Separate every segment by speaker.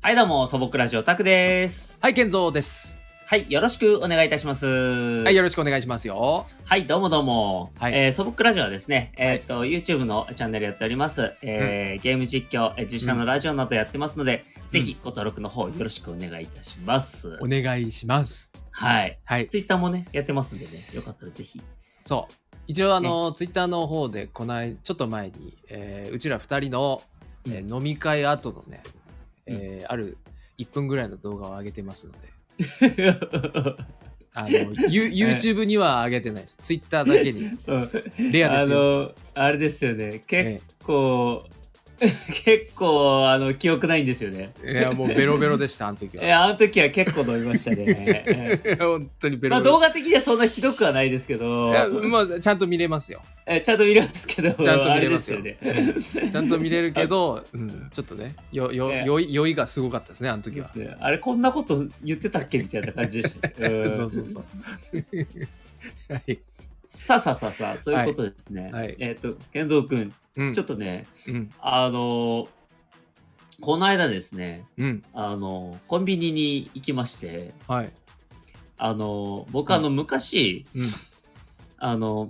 Speaker 1: はい、どうも、素朴ラジオタクです。
Speaker 2: はい、健三です。
Speaker 1: はい、よろしくお願いいたします。は
Speaker 2: はい、よろしくお願いしますよ。
Speaker 1: はい、どうもどうも。
Speaker 2: はい
Speaker 1: えー、素朴ラジオはですね、えーっと、YouTube のチャンネルやっております。えーゲーム実況、えー実写のラジオなどやってますので、ぜひご登録の方よろしくお願いいたします。
Speaker 2: お願いします。
Speaker 1: はい。
Speaker 2: はい、
Speaker 1: Twitter もね、やってますんでね、よかったらぜひ。
Speaker 2: そう。一応、あの、ツイッターの方で、こない、ちょっと前に、えーうちら二人の、えー飲み会後のね、えーある1分ぐらいの動画を上げてますので、 あの、ユ YouTube には上げてないです。ツイッターだけ に。レアで
Speaker 1: あ
Speaker 2: すよ。
Speaker 1: の、あれですよね、
Speaker 2: え
Speaker 1: 結構、 結構、あの、記憶ないんですよね。
Speaker 2: ーいや、もうベロベロでした、あの時
Speaker 1: い
Speaker 2: は。
Speaker 1: や、あの時は結構飲みましたね。えー
Speaker 2: 本当にベ
Speaker 1: まあ
Speaker 2: ロベロ。
Speaker 1: 動画的にはそんなひどくはないですけど、
Speaker 2: いやまあ、ちゃんと見れますよ。
Speaker 1: えちゃんと見れますけど、
Speaker 2: ちゃんと見れますよ
Speaker 1: あれですよね。
Speaker 2: ちゃんと見れるけ ど、うん、ちょっとね、よ、よ、
Speaker 1: ね
Speaker 2: 酔い、酔いがすごかったですね、あの時は。
Speaker 1: そうですねあれ、こんなこと言ってたっけみたいな感じで したね、ん
Speaker 2: そうそうそう。はい。
Speaker 1: さあさあさあさあ、ということでですね、
Speaker 2: はいはい
Speaker 1: えっ、と、健三君、
Speaker 2: うん、
Speaker 1: ちょっとね、
Speaker 2: うん、
Speaker 1: あのこの間ですね、
Speaker 2: うん、
Speaker 1: あのコンビニに行きまして、
Speaker 2: はい。
Speaker 1: あの僕、あの、昔、
Speaker 2: うん、
Speaker 1: あの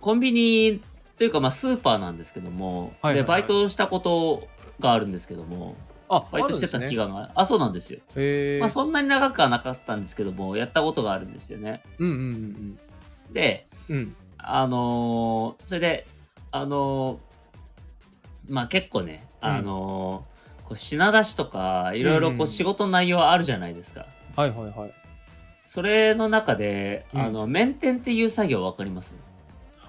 Speaker 1: コンビニというか、まあ、スーパーなんですけども、
Speaker 2: はいはいはい
Speaker 1: でバイトしたことがあるんですけども、
Speaker 2: あ、
Speaker 1: バイトしてた期
Speaker 2: が。
Speaker 1: 間があ,、そうなんですよ、
Speaker 2: へえ。
Speaker 1: まあ、そんなに長くはなかったんですけどもやったことがあるんですよね
Speaker 2: うん、うん、うん、
Speaker 1: で
Speaker 2: うん、うん、
Speaker 1: あのーそれであのーまあ結構ねあのーこう品出しとかいろいろ
Speaker 2: うん
Speaker 1: こう
Speaker 2: う
Speaker 1: ん仕事の内容あるじゃないですか、
Speaker 2: はい、はい、はい。
Speaker 1: それの中で、
Speaker 2: うん
Speaker 1: あの面点っていう作業わかります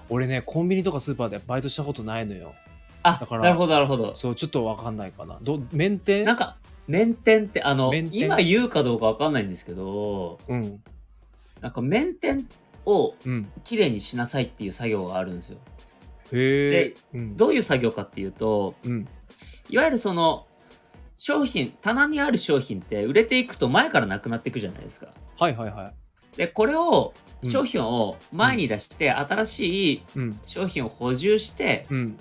Speaker 2: 俺ね、コンビニとかスーパーでバイトしたことないのよ。
Speaker 1: あ
Speaker 2: だから
Speaker 1: なるほどなるほど
Speaker 2: そう、ちょっとわかんないかな。ど、面店
Speaker 1: なんか面点ってあの
Speaker 2: 面点
Speaker 1: 今言うかどうかわかんないんですけど
Speaker 2: うん、
Speaker 1: なんか面点を
Speaker 2: うん。
Speaker 1: きれいにしなさいっていう作業があるんですよ
Speaker 2: へ
Speaker 1: で
Speaker 2: え。うん、
Speaker 1: どういう作業かっていうと
Speaker 2: うん、
Speaker 1: いわゆるその商品棚にある商品って売れていくと前からなくなっていくじゃないですか
Speaker 2: はい、はい、は
Speaker 1: でこれを
Speaker 2: うん
Speaker 1: 商品を前に出して新しい
Speaker 2: い。うん、
Speaker 1: 商品を補充して
Speaker 2: うん、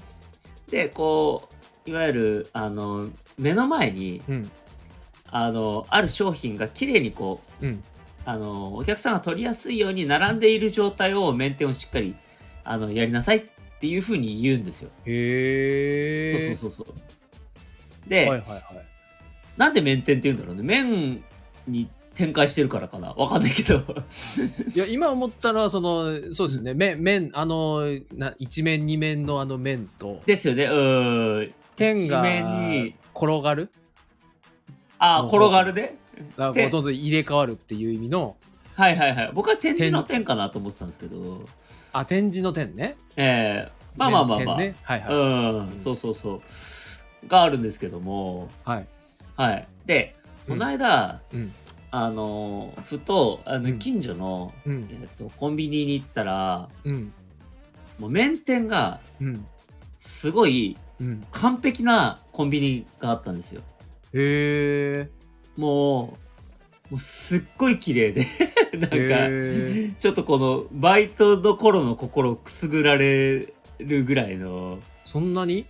Speaker 1: でこういわゆるあの目の前に
Speaker 2: うん、
Speaker 1: あのある商品がきれいにこう
Speaker 2: うん。
Speaker 1: あのお客さんが取りやすいように並んでいる状態をメンテをしっかりあのやりなさいっていうふうに言うんですよ。
Speaker 2: へえ。
Speaker 1: そうそうそうそう。で、
Speaker 2: はい、はい、はい。
Speaker 1: なんで面点って言うんだろうね面に展開してるからかなわかんないけど
Speaker 2: いや今思ったらそのそうですね面面あのな一面二面のあの面と
Speaker 1: ですよねうーん
Speaker 2: 点が
Speaker 1: 一面に
Speaker 2: 転がる
Speaker 1: あ
Speaker 2: の方
Speaker 1: 転がるで
Speaker 2: が
Speaker 1: で
Speaker 2: どんどん入れ替わるっていう意味の
Speaker 1: はいはいはい僕は点字の点かなと思ってたんですけど
Speaker 2: あ点字の点ね
Speaker 1: ええまあまあまあ
Speaker 2: 面
Speaker 1: まあ、
Speaker 2: 点ねはいはい、
Speaker 1: うんそうそうそうがあるんですけども
Speaker 2: はい
Speaker 1: はいでこの間、
Speaker 2: うん
Speaker 1: あのふとあ
Speaker 2: う
Speaker 1: の
Speaker 2: ん
Speaker 1: 近所の、
Speaker 2: う
Speaker 1: え
Speaker 2: ん
Speaker 1: っとコンビニに行ったら
Speaker 2: うん
Speaker 1: もう面店が
Speaker 2: うん
Speaker 1: すごい
Speaker 2: うん
Speaker 1: 完璧なコンビニがあったんですよ
Speaker 2: へえ
Speaker 1: もうもうすっごい綺麗で なんか、
Speaker 2: へ
Speaker 1: ちょっとこのバイトの頃の心をくすぐられるぐらいの
Speaker 2: そんなに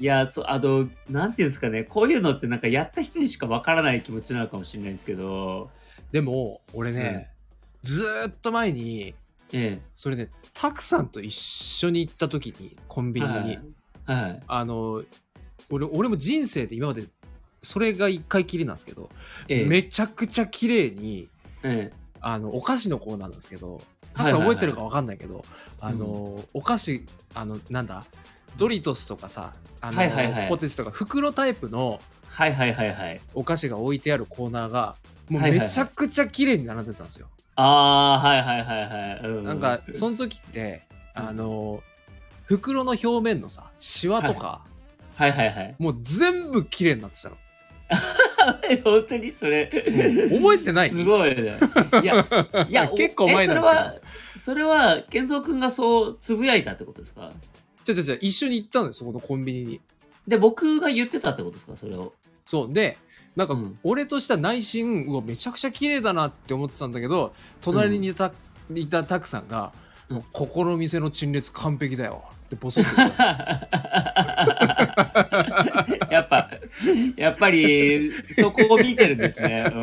Speaker 1: いやそうあのなんていうんですかねこういうのってなんかやった人にしかわからない気持ちなのかもしれないですけど
Speaker 2: でも俺ね、ずーっと前に
Speaker 1: え
Speaker 2: それねたくさんと一緒に行った時にコン
Speaker 1: え
Speaker 2: ビニに、
Speaker 1: はい、はい、
Speaker 2: あの俺俺も人生で今までそれが一回きりなんですけど、
Speaker 1: ええ
Speaker 2: めちゃくちゃ綺麗に
Speaker 1: ええ
Speaker 2: あのお菓子のコーナーなんですけど
Speaker 1: はいはい
Speaker 2: たくさ
Speaker 1: は
Speaker 2: ん
Speaker 1: い
Speaker 2: 覚えてるかわかんないけど、あの、お菓子あのなんだドリトスとかさあの、
Speaker 1: はいはいはい
Speaker 2: ポテチとか袋タイプの
Speaker 1: はいはいはいはい
Speaker 2: お菓子が置いてあるコーナーがもう
Speaker 1: はいはいはい
Speaker 2: めちゃくちゃ綺麗に並んでたんですよ。
Speaker 1: ああはいはいはいはい、うん、
Speaker 2: なんかその時ってあの袋の表面のさシワとか、
Speaker 1: はいはいはい
Speaker 2: もう全部綺麗になってたの。
Speaker 1: 本当にそれ
Speaker 2: 覚えてない
Speaker 1: すごいね。いや、いや
Speaker 2: 結構前なんです
Speaker 1: えそ
Speaker 2: けど
Speaker 1: れは、それは、健三くんがそうつぶやいたってことですか
Speaker 2: じゃじゃじゃ一緒に行ったのよそこのコンビニに
Speaker 1: で、僕が言ってたってことですかそれを。
Speaker 2: そうでなんか
Speaker 1: うん
Speaker 2: 俺とした内心うわめちゃくちゃ綺麗だなって思ってたんだけど隣にいた,、いたたくさんが「
Speaker 1: うん
Speaker 2: もうここの店の陳列完璧だよ」ってボソッと言った
Speaker 1: やっぱ、やっぱり、そこを見てるんですね。 う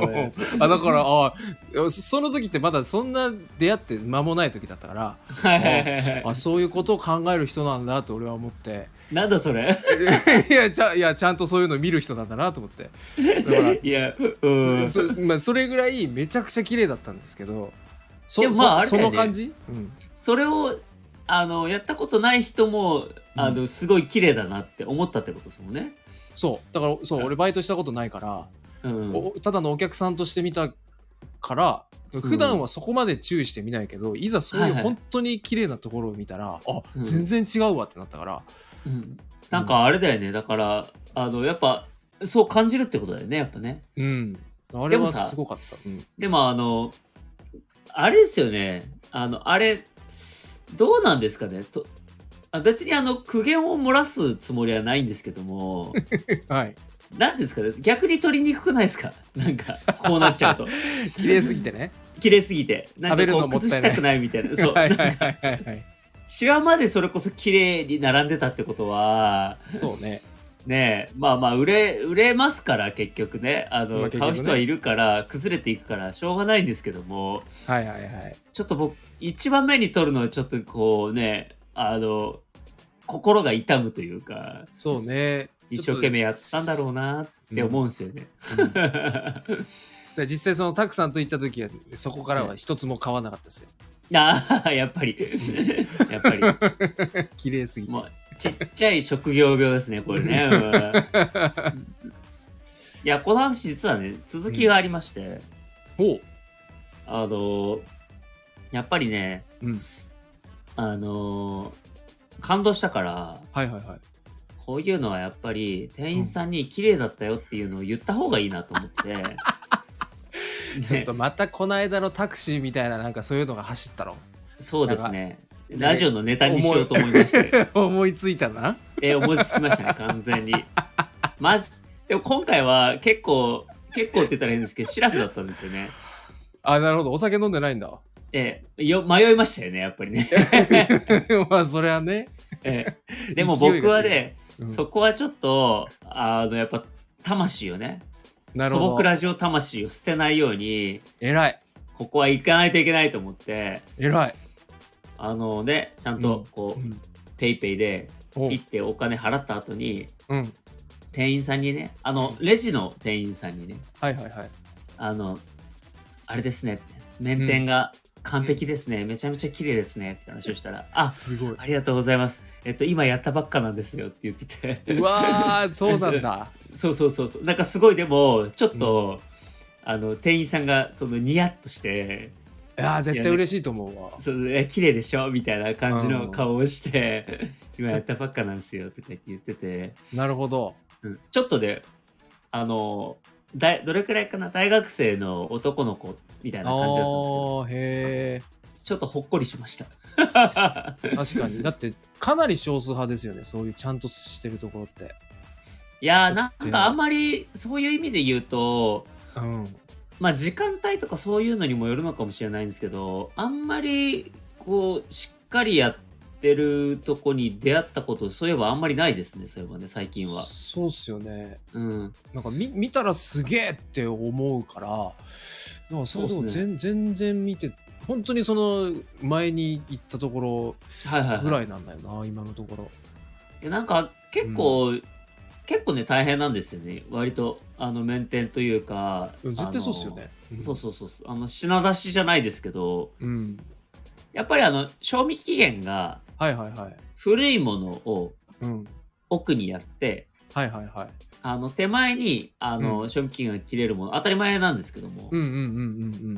Speaker 1: ん
Speaker 2: あだからあそその時ってまだそんな出会って間もない時だったから
Speaker 1: はいはいはいはい
Speaker 2: あそういうことを考える人なんだと俺は思って
Speaker 1: なんだそれ
Speaker 2: いやちゃいやちゃんとそういうの見る人なんだなと思ってだか ら
Speaker 1: いや、うん。
Speaker 2: そそまあ、それぐらいめちゃくちゃ綺麗だったんですけどそ
Speaker 1: でもまあ
Speaker 2: そ
Speaker 1: あれだよ
Speaker 2: その
Speaker 1: ね
Speaker 2: 感じ、うん
Speaker 1: それを、あの、やったことない人も、あの、すごい綺麗だなって思ったってことですもんね。
Speaker 2: そうだからそう俺バイトしたことないから、
Speaker 1: うん。
Speaker 2: おただのお客さんとして見たから普段はそこまで注意して見ないけど、いざそう
Speaker 1: はいいうはい
Speaker 2: 本当に綺麗なところを見たら、
Speaker 1: うん
Speaker 2: あ全然違うわってなったから、
Speaker 1: うんなんかあれだよね。だから、あの、やっぱ、そう感じるってことだよね、やっぱね。
Speaker 2: うん、あ
Speaker 1: で
Speaker 2: れ
Speaker 1: も
Speaker 2: は
Speaker 1: さ
Speaker 2: すごかった。うん
Speaker 1: でもあのあれですよねあのあれどうなんですかねとあ別にあの苦言を漏らすつもりはないんですけど も
Speaker 2: はい、
Speaker 1: なんですかね逆に取りにくくないですかなんかこうなっちゃうと
Speaker 2: 綺麗すぎてね。
Speaker 1: 綺麗すぎてなん
Speaker 2: 食べ
Speaker 1: か
Speaker 2: る
Speaker 1: こ
Speaker 2: の
Speaker 1: う
Speaker 2: もったい
Speaker 1: 崩
Speaker 2: な
Speaker 1: し
Speaker 2: い
Speaker 1: たくないみたいな そう
Speaker 2: はいはいはいはいはい。
Speaker 1: シワまでそれこそ綺麗に並んでたってことは
Speaker 2: そうね。
Speaker 1: ねえまあまあ売れ売れますから結局ねあの
Speaker 2: まあ結局ね
Speaker 1: 買う人はいるから崩れていくからしょうがないんですけども
Speaker 2: はいはいはい。
Speaker 1: ちょっと僕、一番目に取るのはちょっとこうね、あの、心が痛むというか、
Speaker 2: そうね。
Speaker 1: 一生懸命やったんだろうなって思うんですよね。
Speaker 2: ちょっと。うんで実際そのタクさんと行った時はそこからは一つも買わなかったですよ。
Speaker 1: ああ、やっぱ り。やっぱり。
Speaker 2: 綺麗すぎて。
Speaker 1: もう、ちっちゃい職業病ですね、これね。うんいや、この話実はね、続きがありまして、
Speaker 2: おう。
Speaker 1: あの、やっぱりね、
Speaker 2: うん。
Speaker 1: あの、感動したから、
Speaker 2: はいはいはい。
Speaker 1: こういうのはやっぱり店員さんに綺麗だったよっていうのを言った方がいいなと思って。
Speaker 2: ちょっ
Speaker 1: ね
Speaker 2: とまたこの間のタクシーみたいななんかそういうのが走ったろ
Speaker 1: そうですね。
Speaker 2: か
Speaker 1: ラジオのネタにしようと思いまして。
Speaker 2: 思いついたな
Speaker 1: えー思いつきましたね、完全に。マジ。でも今回は結構、結構って言ったらいいんですけど、シラフだったんですよね。
Speaker 2: あなるほどお酒飲んでないんだ
Speaker 1: えーよ迷いましたよね、やっぱりね。
Speaker 2: まあそれはね、
Speaker 1: えーでも僕はね、
Speaker 2: うん
Speaker 1: そこはちょっと、あの、やっぱ、魂をね、
Speaker 2: なる
Speaker 1: 素
Speaker 2: ほ
Speaker 1: 朴
Speaker 2: ど
Speaker 1: ラジオ魂を捨てないように、
Speaker 2: 偉い
Speaker 1: ここは行かないといけないと思って、
Speaker 2: 偉い
Speaker 1: あのね、ちゃんとこう、
Speaker 2: うん
Speaker 1: ペイペイで
Speaker 2: おう
Speaker 1: 行ってお金払った後に、
Speaker 2: うん
Speaker 1: 店員さんにね、あの、レジの店員さんにね、
Speaker 2: はいはいはい
Speaker 1: あの、あれですねって、面点が完璧ですね、めちゃめちゃ綺麗ですねって話をしたら、あ、
Speaker 2: すごい
Speaker 1: ありがとうございます。えっと、今やったばっかなんですよって言ってて。
Speaker 2: うわ ーそうなんだ
Speaker 1: そうそうそうそう。なんかすごいでも、ちょっと、あの、店員さんがそのニヤッとして、
Speaker 2: いやー絶対嬉しいと思うわ
Speaker 1: それ綺麗でしょみたいな感じ
Speaker 2: う
Speaker 1: の
Speaker 2: ん
Speaker 1: 顔をして「今やったばっかなんですよ」とか言って言ってて、
Speaker 2: なるほど
Speaker 1: うんちょっとで、あのだどれくらいかな大学生の男の子みたい
Speaker 2: あ
Speaker 1: な感じだったんですけど
Speaker 2: ーへ
Speaker 1: ちょっとほっこりしました
Speaker 2: え確かにだってかなり少数派ですよねそういうちゃんとしてるところって
Speaker 1: いやーなんかあんまりそういう意味で言うと
Speaker 2: うん
Speaker 1: まあ時間帯とかそういうのにもよるのかもしれないんですけどあんまりこうしっかりやってるとこに出会ったことそういえばあんまりないですねそういえばね最近は。
Speaker 2: そうっすよね
Speaker 1: うん
Speaker 2: なんか見見たらすげえって思うから、なんかそういうと
Speaker 1: そう
Speaker 2: こ
Speaker 1: っす
Speaker 2: 全全然見て、本当にその前に行ったとこ
Speaker 1: はいはい
Speaker 2: ろ
Speaker 1: はい、
Speaker 2: ぐらいなんだよな、今のところ。
Speaker 1: いやなんか結構、結構ね大変なんですよね割とあの面点というか
Speaker 2: でも絶対そうっすよね。
Speaker 1: あのそうそうそうそうあの品出しじゃないですけど
Speaker 2: うん。うん。
Speaker 1: やっぱりあの賞味期限が
Speaker 2: はいはいはい。
Speaker 1: 古いものを
Speaker 2: うん。
Speaker 1: 奥にやって
Speaker 2: はいはいはい。あ
Speaker 1: あの手前にあの、
Speaker 2: う
Speaker 1: 賞味期限が切れるもの当たり前なんですけども、
Speaker 2: うんうんうんうんう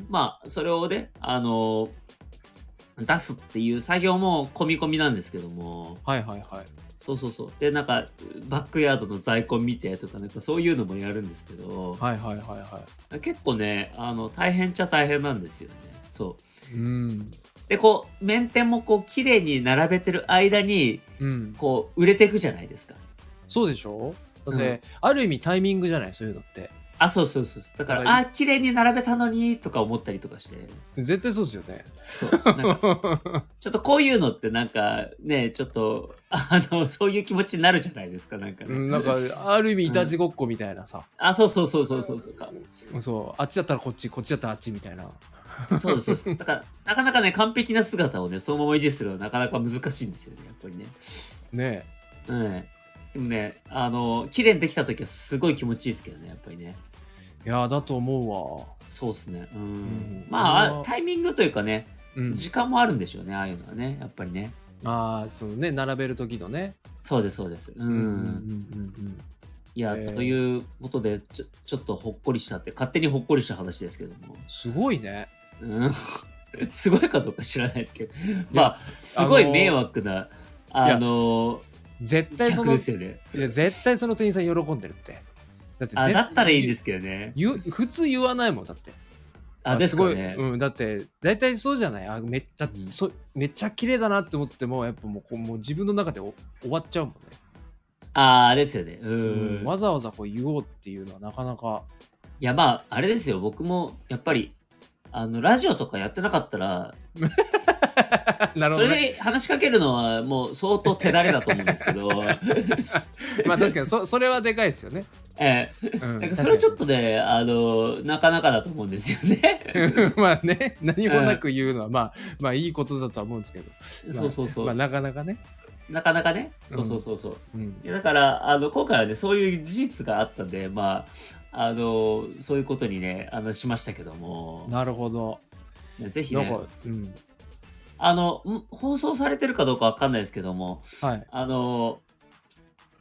Speaker 2: ん。
Speaker 1: まあそれをねあの出すっていう作業も込み込みなんですけども
Speaker 2: はいはいはい。
Speaker 1: そうそうそうでなんかバックヤードの在庫見てとかなんかそういうのもやるんですけど、
Speaker 2: はいはいはいは
Speaker 1: 結構ねあの大変っちゃ大変なんですよねそう
Speaker 2: い。うん。
Speaker 1: でこう面点もこう綺麗に並べてる間に
Speaker 2: うん。
Speaker 1: こう売れていくじゃないですか
Speaker 2: そうでしょだって、
Speaker 1: うん
Speaker 2: ある意味タイミングじゃないそういうのって。
Speaker 1: あ、そうそうそうそう。だか
Speaker 2: だ
Speaker 1: ら、
Speaker 2: から
Speaker 1: あ、綺麗に並べたのにとか思ったりとかして。
Speaker 2: 絶対そうですよ ね。
Speaker 1: そう。なんか、ちょっとこういうのってなんか、ね、ちょっと、あの、そういう気持ちになるじゃないですか、なんかね。
Speaker 2: うんなんか、ある意味、いたちごっこみたいなさ。
Speaker 1: あ、そうそうそうそうそうそうか。
Speaker 2: そう、あっちだったらこっち、こっちだったらあっちみたいな。
Speaker 1: そうですそうです。だから、なかなかね、完璧な姿をね、そのまま維持するのはなかなか難しいんですよね、やっぱりね。
Speaker 2: ね
Speaker 1: うん。でもね、あの、綺麗にできた時はすごい気持ちいいですけどね、やっぱりね。
Speaker 2: え。いやー、だと思
Speaker 1: そうですね。うん。
Speaker 2: ん
Speaker 1: ま
Speaker 2: あ
Speaker 1: あ
Speaker 2: ー、
Speaker 1: タイミングというかね、
Speaker 2: うわ。うん。
Speaker 1: 時間もあるんでしょうね、ああいうのはね、やっぱりね。
Speaker 2: ああ、そうね、並べる時のね。
Speaker 1: そうです、そうです。うん。
Speaker 2: ううん
Speaker 1: いや、
Speaker 2: えー
Speaker 1: ということでちょ、ちょっとほっこりしたって、勝手にほっこりした話ですけども。
Speaker 2: すごいね。
Speaker 1: うん。 すごいかどうか知らないですけど、まあ、すごい迷惑な、
Speaker 2: い
Speaker 1: あ
Speaker 2: や
Speaker 1: の、
Speaker 2: 絶対
Speaker 1: 客
Speaker 2: その、
Speaker 1: で
Speaker 2: い
Speaker 1: すよね。
Speaker 2: や絶対その店員さん喜んでるって。だって。
Speaker 1: あ、だったらいいですすけどね。
Speaker 2: ゆ普通言わないもんだって。
Speaker 1: あ、ですか
Speaker 2: ごい
Speaker 1: ね。
Speaker 2: うん、だって大体そうじゃないあめだってそめっちゃ綺麗だなって思ってもやっぱもうこうもう自分の中でお終わっちゃうもんね、
Speaker 1: ああ、ですよね。う
Speaker 2: う
Speaker 1: ん。
Speaker 2: んわざわざこう言おうっていうのはなか なか
Speaker 1: いや、まあ、あれですよ。僕も、やっぱり、あの、ラジオとかやってなかったら、
Speaker 2: なる
Speaker 1: そ
Speaker 2: ほど、ね、
Speaker 1: れで話しかけるのは、もう相当手だれだと思うんです けど、
Speaker 2: まあ確かにそそれはでかいですよね、
Speaker 1: ええ
Speaker 2: うん、
Speaker 1: なんかそれはちょっと
Speaker 2: と
Speaker 1: ね、あの、なかなかだと思うんですよね。
Speaker 2: まあね何もなく言うのはまあまあいいことだとは思うんですけど、
Speaker 1: そうそうそう。
Speaker 2: まあ、なかなかね、
Speaker 1: なかなかね。そううんそうそうそう。
Speaker 2: うん
Speaker 1: いやだからあの今回はねそういう事実があったんでまああのそういうことにねあのしましたけども
Speaker 2: なるほど
Speaker 1: ぜひ
Speaker 2: な
Speaker 1: ね
Speaker 2: んか、うん
Speaker 1: あのん放送されてるかどうかわかんないですけども
Speaker 2: はい
Speaker 1: あの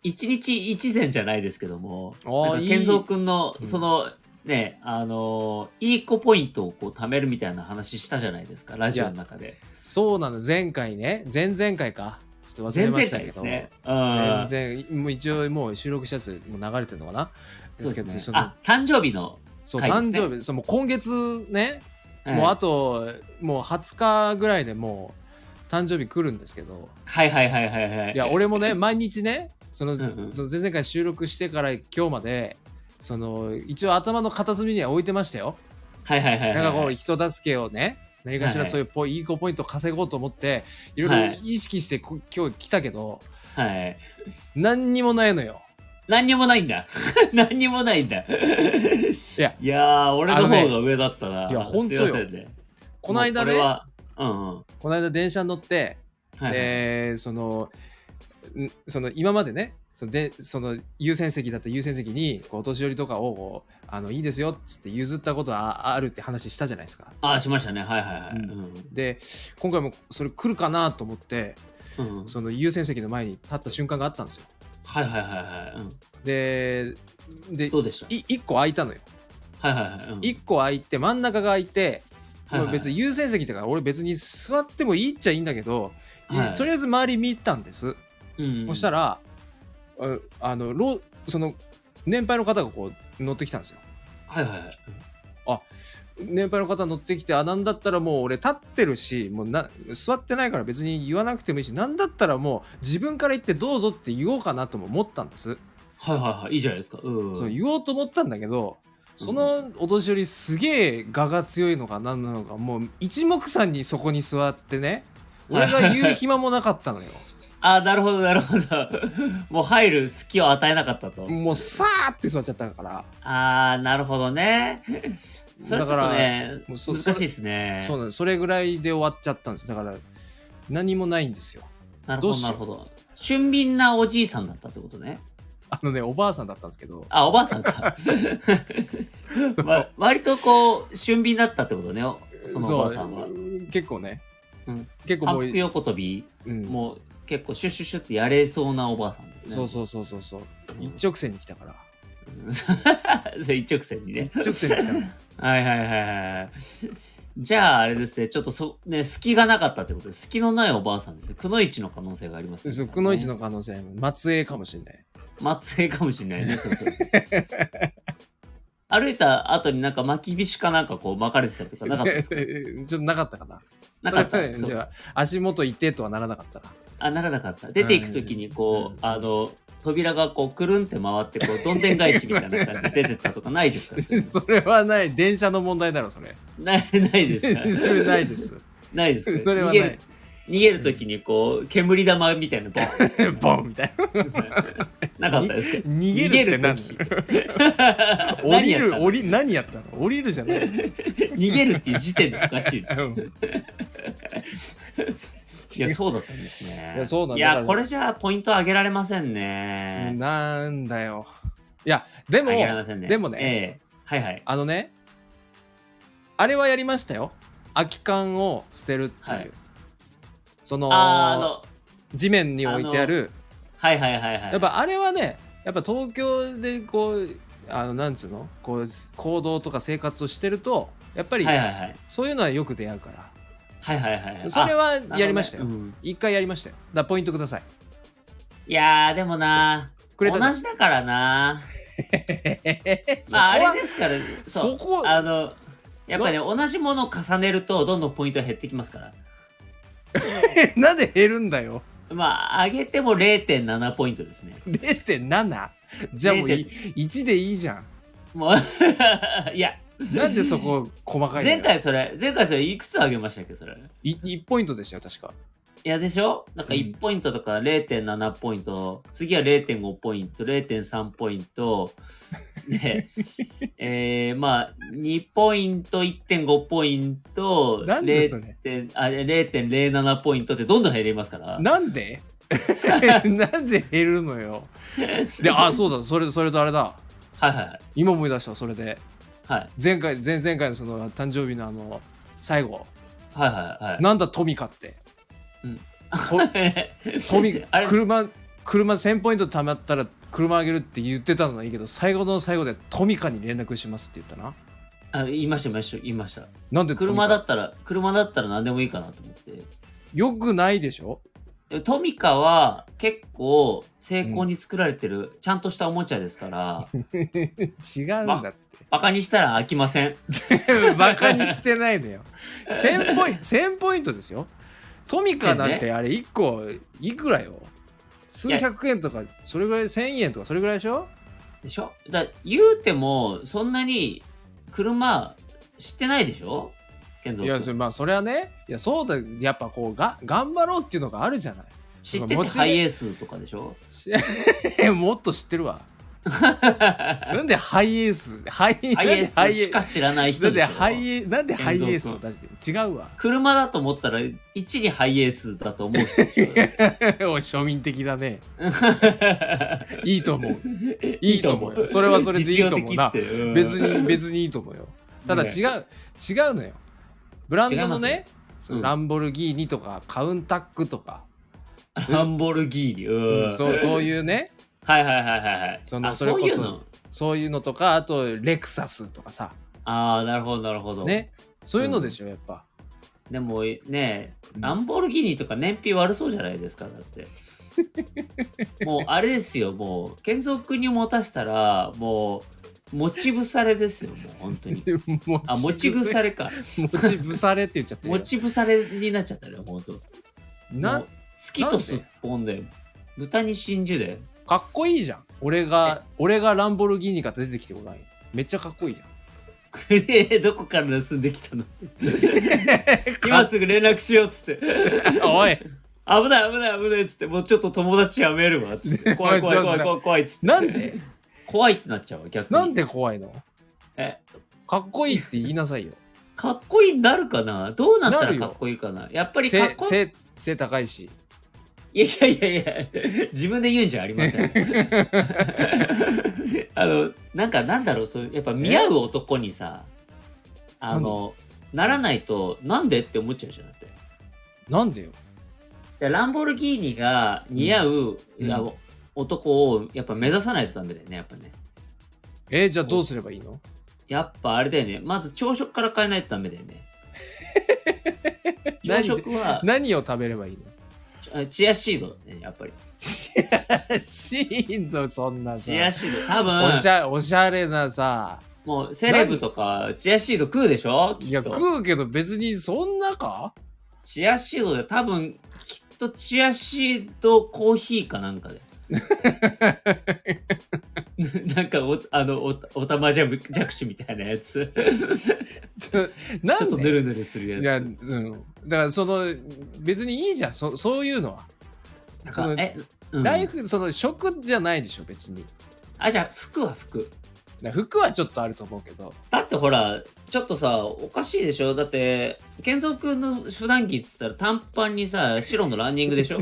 Speaker 1: 一日一善じゃないですけども
Speaker 2: あー
Speaker 1: なんか
Speaker 2: いい
Speaker 1: 健三君の
Speaker 2: うん
Speaker 1: その、ねあのいい子ポイントをこう貯めるみたいな話したじゃないですかラジオの中で
Speaker 2: そうなの前回ね前々回かちょっと忘
Speaker 1: 前
Speaker 2: れま
Speaker 1: 々
Speaker 2: した
Speaker 1: 回
Speaker 2: け
Speaker 1: です
Speaker 2: ど、
Speaker 1: ね
Speaker 2: 全
Speaker 1: うん
Speaker 2: 然もう一応もう収録したやつもう流れてるのかな
Speaker 1: そうです
Speaker 2: け
Speaker 1: ね
Speaker 2: どその
Speaker 1: あ誕生日の、
Speaker 2: そう
Speaker 1: 回です
Speaker 2: 誕
Speaker 1: ね
Speaker 2: 生日そうもう今月ね、
Speaker 1: ええ
Speaker 2: もうあともう20日ぐらいでもう誕生日来るんですけど
Speaker 1: はいはいはいはいはい
Speaker 2: いや俺も ね毎日ねその,、
Speaker 1: んうん
Speaker 2: その前々回収録してから今日までその一応頭の片隅には置いてましたよ
Speaker 1: はいはいはいはい
Speaker 2: なんかこう人助けをね何かしらそういうポイいい子ポイント稼ごうと思っていろいろ意識してこ今日来たけど
Speaker 1: はい
Speaker 2: 何にもないのよ
Speaker 1: 何にもないんだ。 何にもないんだ。い
Speaker 2: や
Speaker 1: ー俺の方が上だったな。
Speaker 2: あのねいや本当よ
Speaker 1: すいませんね。
Speaker 2: この間ね
Speaker 1: もうこれは、うんうん。
Speaker 2: この間電車に乗って
Speaker 1: はい、
Speaker 2: でそのんその今までねそのでその優先席だった優先席にこうお年寄りとかをこうあのいいですよっつって譲ったことはああるって話したじゃないですか。
Speaker 1: ああ、しましたね。はいはいはい。う
Speaker 2: うん
Speaker 1: ん
Speaker 2: で今回もそれ来るかなと思って
Speaker 1: うんうん
Speaker 2: その優先席の前に立った瞬間があったんですよ。
Speaker 1: はいはいはいはい。うん
Speaker 2: でで
Speaker 1: どうでした
Speaker 2: 1個空いたのよ。
Speaker 1: はいはいはいうん。
Speaker 2: 1個空いて真ん中が空いて、
Speaker 1: はいはい
Speaker 2: 別に優先席だから俺別に座ってもいいっちゃいいんだけど、
Speaker 1: はい
Speaker 2: とりあえず周り見たんです。
Speaker 1: うんうん
Speaker 2: そしたら、ああの老その年配の方がこう乗ってきたんですよ。
Speaker 1: はいはいはい。
Speaker 2: 年配の方乗ってきて、あ、なんだったらもう俺立ってるし、もうな座ってないから別に言わなくてもいいし、なんだったらもう自分から言ってどうぞって言おうかなとも思ったんです。
Speaker 1: はいはいはい。いいじゃないですか。うん。
Speaker 2: そう言おうと思ったんだけど、そのお年寄りすげえ我が強いのか何なのか、もう一目散にそこに座ってね、俺が言う暇もなかっ たのよ。
Speaker 1: ああ、なるほどなるほど。 もう入る隙を与えなかったと。
Speaker 2: もうさーって座っちゃったから。
Speaker 1: ああ、なるほどね。それちょっとね、
Speaker 2: もうそ
Speaker 1: 難しいですね。
Speaker 2: そうなんですそれぐらいで終わっちゃったんですだから何もないんですよ
Speaker 1: なるほ
Speaker 2: どう
Speaker 1: ど、
Speaker 2: しよう
Speaker 1: なるほど。俊敏なおじいさんだったってことね。
Speaker 2: あのねおばあさんだったんですけど
Speaker 1: あ、おばあさん か。わ割とこう、俊敏だったってことね、そのおばあさんは
Speaker 2: そ。う結構ね、
Speaker 1: うん
Speaker 2: 結構
Speaker 1: 反
Speaker 2: もう
Speaker 1: 復横跳び、
Speaker 2: うん
Speaker 1: もう結構シュッシュッシュッってやれそうなおばあさんですね。
Speaker 2: そうそうそうそうそう
Speaker 1: うん
Speaker 2: 一直線に来たから
Speaker 1: うん。 そう一直線にね。
Speaker 2: 一直線に来た から
Speaker 1: はいはいはいはい。じゃああれですね、ちょっとそ、ね、隙がなかったってことで、隙のないおばあさんですね。くのいちの可能性がありますね。
Speaker 2: そうくのいちの可能性も末裔かもしれない
Speaker 1: 末裔かもしれない ね、そうそうそう。歩いた後になんか巻きびしかなんかこう巻かれてたりとかな かったですか
Speaker 2: ちょっとなかったかな
Speaker 1: なかっ
Speaker 2: それ
Speaker 1: た。
Speaker 2: は
Speaker 1: そう
Speaker 2: じゃあ足元痛えとはならなかったな
Speaker 1: あ、ならなかった。出ていくときにこう、
Speaker 2: はい
Speaker 1: あの、扉がこうくるんって回ってこうどんでん返しみたいな感じで出てったとかないですか
Speaker 2: それはない電車の問題だろそれ
Speaker 1: ないないですか
Speaker 2: それないです
Speaker 1: ないですか
Speaker 2: それは
Speaker 1: 逃
Speaker 2: な
Speaker 1: げる
Speaker 2: い
Speaker 1: 逃げる時にこう煙玉みたいなのボン
Speaker 2: ボンみたい
Speaker 1: な
Speaker 2: な
Speaker 1: かったですか
Speaker 2: 逃げるってなんだ
Speaker 1: 逃
Speaker 2: よ
Speaker 1: だよ
Speaker 2: 降り
Speaker 1: 何やった
Speaker 2: る
Speaker 1: の
Speaker 2: 降り何やったの降りるじゃない
Speaker 1: 逃げるっていう時点でおかしい
Speaker 2: うん
Speaker 1: いやそうだったんですね
Speaker 2: いやそうなんだ
Speaker 1: い
Speaker 2: だか
Speaker 1: や
Speaker 2: ら
Speaker 1: これじゃあポイント上げられませんね
Speaker 2: なんだよいやでも
Speaker 1: 上げられませんね
Speaker 2: でもね
Speaker 1: ええはいはい
Speaker 2: あのねあれはやりましたよ空き缶を捨てるっていう、
Speaker 1: はい
Speaker 2: その
Speaker 1: あーあの
Speaker 2: 地面に置いてある
Speaker 1: はいはいはいはい
Speaker 2: やっぱあれはねやっぱ東京でこうあのなんつうのこう行動とか生活をしてるとやっぱり
Speaker 1: はいはいはい
Speaker 2: そういうのはよく出会うから、
Speaker 1: はいはいはいはい
Speaker 2: それは
Speaker 1: あ
Speaker 2: やりましたよ
Speaker 1: なるほどねうん
Speaker 2: 一回やりましたよだからポイントください
Speaker 1: いやーでもな
Speaker 2: くれた
Speaker 1: 同じだからな
Speaker 2: そこ
Speaker 1: まあ
Speaker 2: は
Speaker 1: あれですから
Speaker 2: そ
Speaker 1: そう
Speaker 2: こ
Speaker 1: あのやっぱりね同じものを重ねるとどんどんポイントは減ってきますから
Speaker 2: なんで減るんだよ
Speaker 1: まあ上げても0.7ポイントですね
Speaker 2: 0.7? じゃあもうい1でいいじゃん
Speaker 1: もう いや
Speaker 2: なんでそこ細かいのよ
Speaker 1: 前回それ前回それいくつ上げましたっけそれ
Speaker 2: い1ポイントでしたよ確か
Speaker 1: いやでしょなんか
Speaker 2: うん
Speaker 1: 1ポイントとか0.7ポイント、次は0.5ポイント、0.3ポイン ト、で、えー、まあ、2ポイント、1.5ポイント、
Speaker 2: なんでそ
Speaker 1: 0.0
Speaker 2: れ
Speaker 1: あ0.07ポイントってどんどん減りますから。
Speaker 2: なん でなんで減るのよであそうだそれそれとあれだ
Speaker 1: はいはいはい。
Speaker 2: 今思い出したそれで
Speaker 1: はい
Speaker 2: 前回前々回のその誕生日のあの最後
Speaker 1: はいはいはい。
Speaker 2: なんだトミカって、
Speaker 1: うん
Speaker 2: と トミ
Speaker 1: あれ
Speaker 2: 車車1000ポイント貯まったら車あげるって言ってたのはいいけど最後の最後でトミカに連絡しますって言ったな
Speaker 1: あ言いました、言いました、言いました。
Speaker 2: なんでトミカ
Speaker 1: 車だったら、車だったら何でもいいかなと思って。
Speaker 2: よくないでしょ
Speaker 1: でトミカは結構精巧に作られてる、ちゃんとしたおもちゃです から、
Speaker 2: 違うんだって
Speaker 1: バカにしたら飽きません。
Speaker 2: バカにしてないのよ。1000ポイント、1000ポイントですよ。トミカなん
Speaker 1: 1000
Speaker 2: てあれ1個いくらよ数百円とか、それぐらい、1000円とかそれぐらいでしょ
Speaker 1: でしょだ言うてもそんなに車知ってないでしょ健
Speaker 2: い
Speaker 1: 三
Speaker 2: や、
Speaker 1: 君
Speaker 2: それまあそれはね、いや、そうだ、やっぱこうが、頑張ろうっていうのがあるじゃない。
Speaker 1: 知って
Speaker 2: モ
Speaker 1: て
Speaker 2: チベ
Speaker 1: ハイエースとかでしょ
Speaker 2: し もっと知ってるわ。なんでハイエース、ハイ
Speaker 1: ハイエースしか知らない
Speaker 2: な
Speaker 1: 人
Speaker 2: んで
Speaker 1: でし
Speaker 2: ハイ
Speaker 1: ょ
Speaker 2: エース、なんでハイエースを
Speaker 1: 遠
Speaker 2: 出して違うわ。
Speaker 1: 車だと思ったら一にハイエースだと思う人 でしょ
Speaker 2: おい庶民的だね。いいと思う。 いいと思うよ。それはそれでいいと思うな。
Speaker 1: 実用的ってうん
Speaker 2: 別に別にいいと思うよただ
Speaker 1: ね
Speaker 2: 違う違うのよブランドの
Speaker 1: 違い
Speaker 2: ねそう
Speaker 1: うん
Speaker 2: ランボルギーニとかカウンタックとか、
Speaker 1: ランボルギーニうん
Speaker 2: そうそういうね
Speaker 1: はいはいはいはいはい
Speaker 2: その
Speaker 1: あ
Speaker 2: それこそ
Speaker 1: ういうの
Speaker 2: そういうのとかあとレクサスとかさ
Speaker 1: ああなるほどなるほど、
Speaker 2: ねそういうのでしょやっぱ、
Speaker 1: でもねランボルギーニとか燃費悪そうじゃないですかだ って。もうあれですよもう健三君に持たせたらもう持ち腐れですよもう本当 に。
Speaker 2: 持
Speaker 1: あ持ち腐れ
Speaker 2: れ
Speaker 1: か
Speaker 2: 持ち腐れって言っちゃってる
Speaker 1: 持
Speaker 2: よ
Speaker 1: ち腐れになっちゃったね本当。
Speaker 2: な
Speaker 1: もう好きとすっぽんで豚に真珠で。
Speaker 2: かっこいいじゃん俺が俺がランボルギーニから出てきてごらんよめっちゃかっこ いいじゃん
Speaker 1: どこから盗んできたの今すぐ連絡しようっつって
Speaker 2: おい
Speaker 1: 危ない危ない危ないっつってもうちょっと友達やめるわっつって怖い怖い怖い怖い怖いっつって
Speaker 2: なんで
Speaker 1: 怖いってなっちゃうわ逆に
Speaker 2: なんで怖いの
Speaker 1: え
Speaker 2: かっこいいって言いなさいよ
Speaker 1: かっこいいになるかなどうなった
Speaker 2: な
Speaker 1: ら
Speaker 2: るよ
Speaker 1: かっこいいかなやっぱりかっ
Speaker 2: 背
Speaker 1: こい
Speaker 2: 背背高いし
Speaker 1: いいやいやいやいや自分で言うんじゃありませ んあのなんかなんだろうそういうやっぱ見合う男にさあのならないとなんでって思っちゃうじゃんだって
Speaker 2: なんでよ
Speaker 1: でランボルギーニが似合う、
Speaker 2: うん
Speaker 1: いや
Speaker 2: うん
Speaker 1: 男をやっぱ目指さないとダメだよねやっぱね
Speaker 2: えーじゃあどうすればいいの
Speaker 1: やっぱあれだよねまず朝食から変えないとダメだよね朝食は
Speaker 2: 何を食べればいいの
Speaker 1: あチアシードだねやっぱり
Speaker 2: チアシードそんなさ
Speaker 1: チアシード多
Speaker 2: おし
Speaker 1: 分
Speaker 2: ゃおしゃれなさ
Speaker 1: もうセレブとかチアシード食うでしょ
Speaker 2: い
Speaker 1: き
Speaker 2: や
Speaker 1: っと
Speaker 2: 食うけど別にそんなか
Speaker 1: チアシードで多分きっとチアシードコーヒーかなんかでなんかお、あの、おおたまじゃぶじゃくしみたいなやつ。
Speaker 2: な
Speaker 1: ちょっとぬるぬるする
Speaker 2: いや、
Speaker 1: や
Speaker 2: う
Speaker 1: つ。
Speaker 2: ん、だからその別にいいじゃんそそういうのは、
Speaker 1: なん
Speaker 2: そ
Speaker 1: か
Speaker 2: の、
Speaker 1: え、うん
Speaker 2: ライフその食じゃないでしょ別にだか
Speaker 1: あ、じゃあ服は服。
Speaker 2: ら服はちょっとあると思うけど
Speaker 1: だってほら、ちょっとさ、おかしいでしょだって、健三君の普段着っつったら短パンにさ、白のランニングで しょ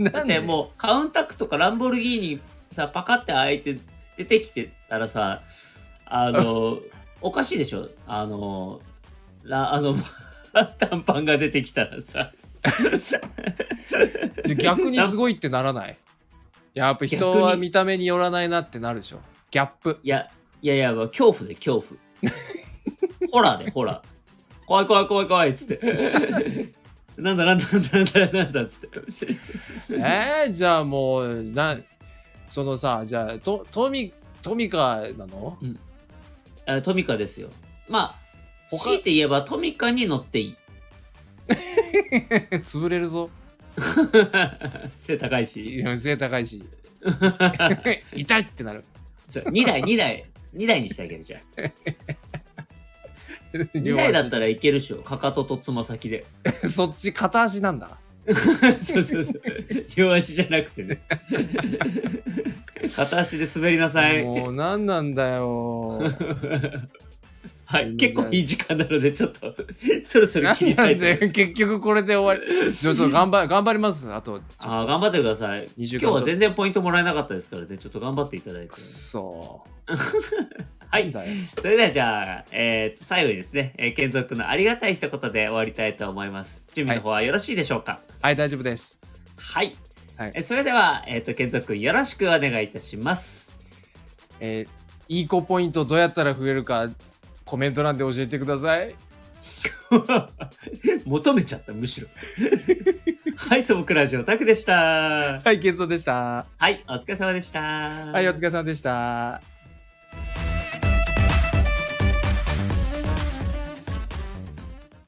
Speaker 1: だってもう、カウンタックとかランボルギーニさ、パカって開いて出てきてたらさ、あ の、おかしいでしょあの、ラあの、 短パンが出てきたらさ。
Speaker 2: で逆にすごいってならないやっぱ人は
Speaker 1: 逆に
Speaker 2: 見た目によらないなってなるでしょギャップ
Speaker 1: いや、いやいや、もう恐怖で恐怖。 ホラーで、ホラー。怖い怖い怖い怖いっつって。 なんだなんだなんだなんだなんだっつって。
Speaker 2: えー、じゃあもうなそのさじゃあとトミトミカなの
Speaker 1: あトミカですよ。まあ、
Speaker 2: 他
Speaker 1: 強いて言えばトミカに乗っていい。
Speaker 2: 潰れるぞ
Speaker 1: 背高いし。
Speaker 2: 背高いし 痛いってなる
Speaker 1: 2台、2台、2台にしてあげるじゃん。2台だったらいけるっしょ。かかととつま先で。
Speaker 2: そっち片足なんだ
Speaker 1: そうそうそう。両足じゃなくてね。片足で滑りなさい。
Speaker 2: もう何なんだよ
Speaker 1: はい、結構いい時間なので、ちょっと、 そろそろ 切
Speaker 2: 何
Speaker 1: りた
Speaker 2: ないん
Speaker 1: と
Speaker 2: だ
Speaker 1: 思います。
Speaker 2: よ結局これで終わりちょっと頑張頑張りますあと
Speaker 1: あー頑張ってください。
Speaker 2: 二週
Speaker 1: 今
Speaker 2: 間
Speaker 1: 日は全然ポイントもらえなかったですからね、ちょっと頑張っていただいて
Speaker 2: く。そ
Speaker 1: は
Speaker 2: なん
Speaker 1: い、
Speaker 2: だよ
Speaker 1: それではじゃあ、えー最後にですね、えー、健三君のありがたい一言で終わりたいと思います。準備の方はよろしいでしょうか
Speaker 2: はい大丈夫です
Speaker 1: はい。
Speaker 2: はい
Speaker 1: えーそれでは、えっ、と、健三君よろしくお願いいたします。
Speaker 2: えーいい子ポイントどうやったら増えるかコメント欄で教えてください
Speaker 1: 求めちゃった、む しろ。はい、素朴ラジオタクでした。
Speaker 2: はいケンソーでした
Speaker 1: はい、お疲れ様でした。
Speaker 2: はいお疲れ様でした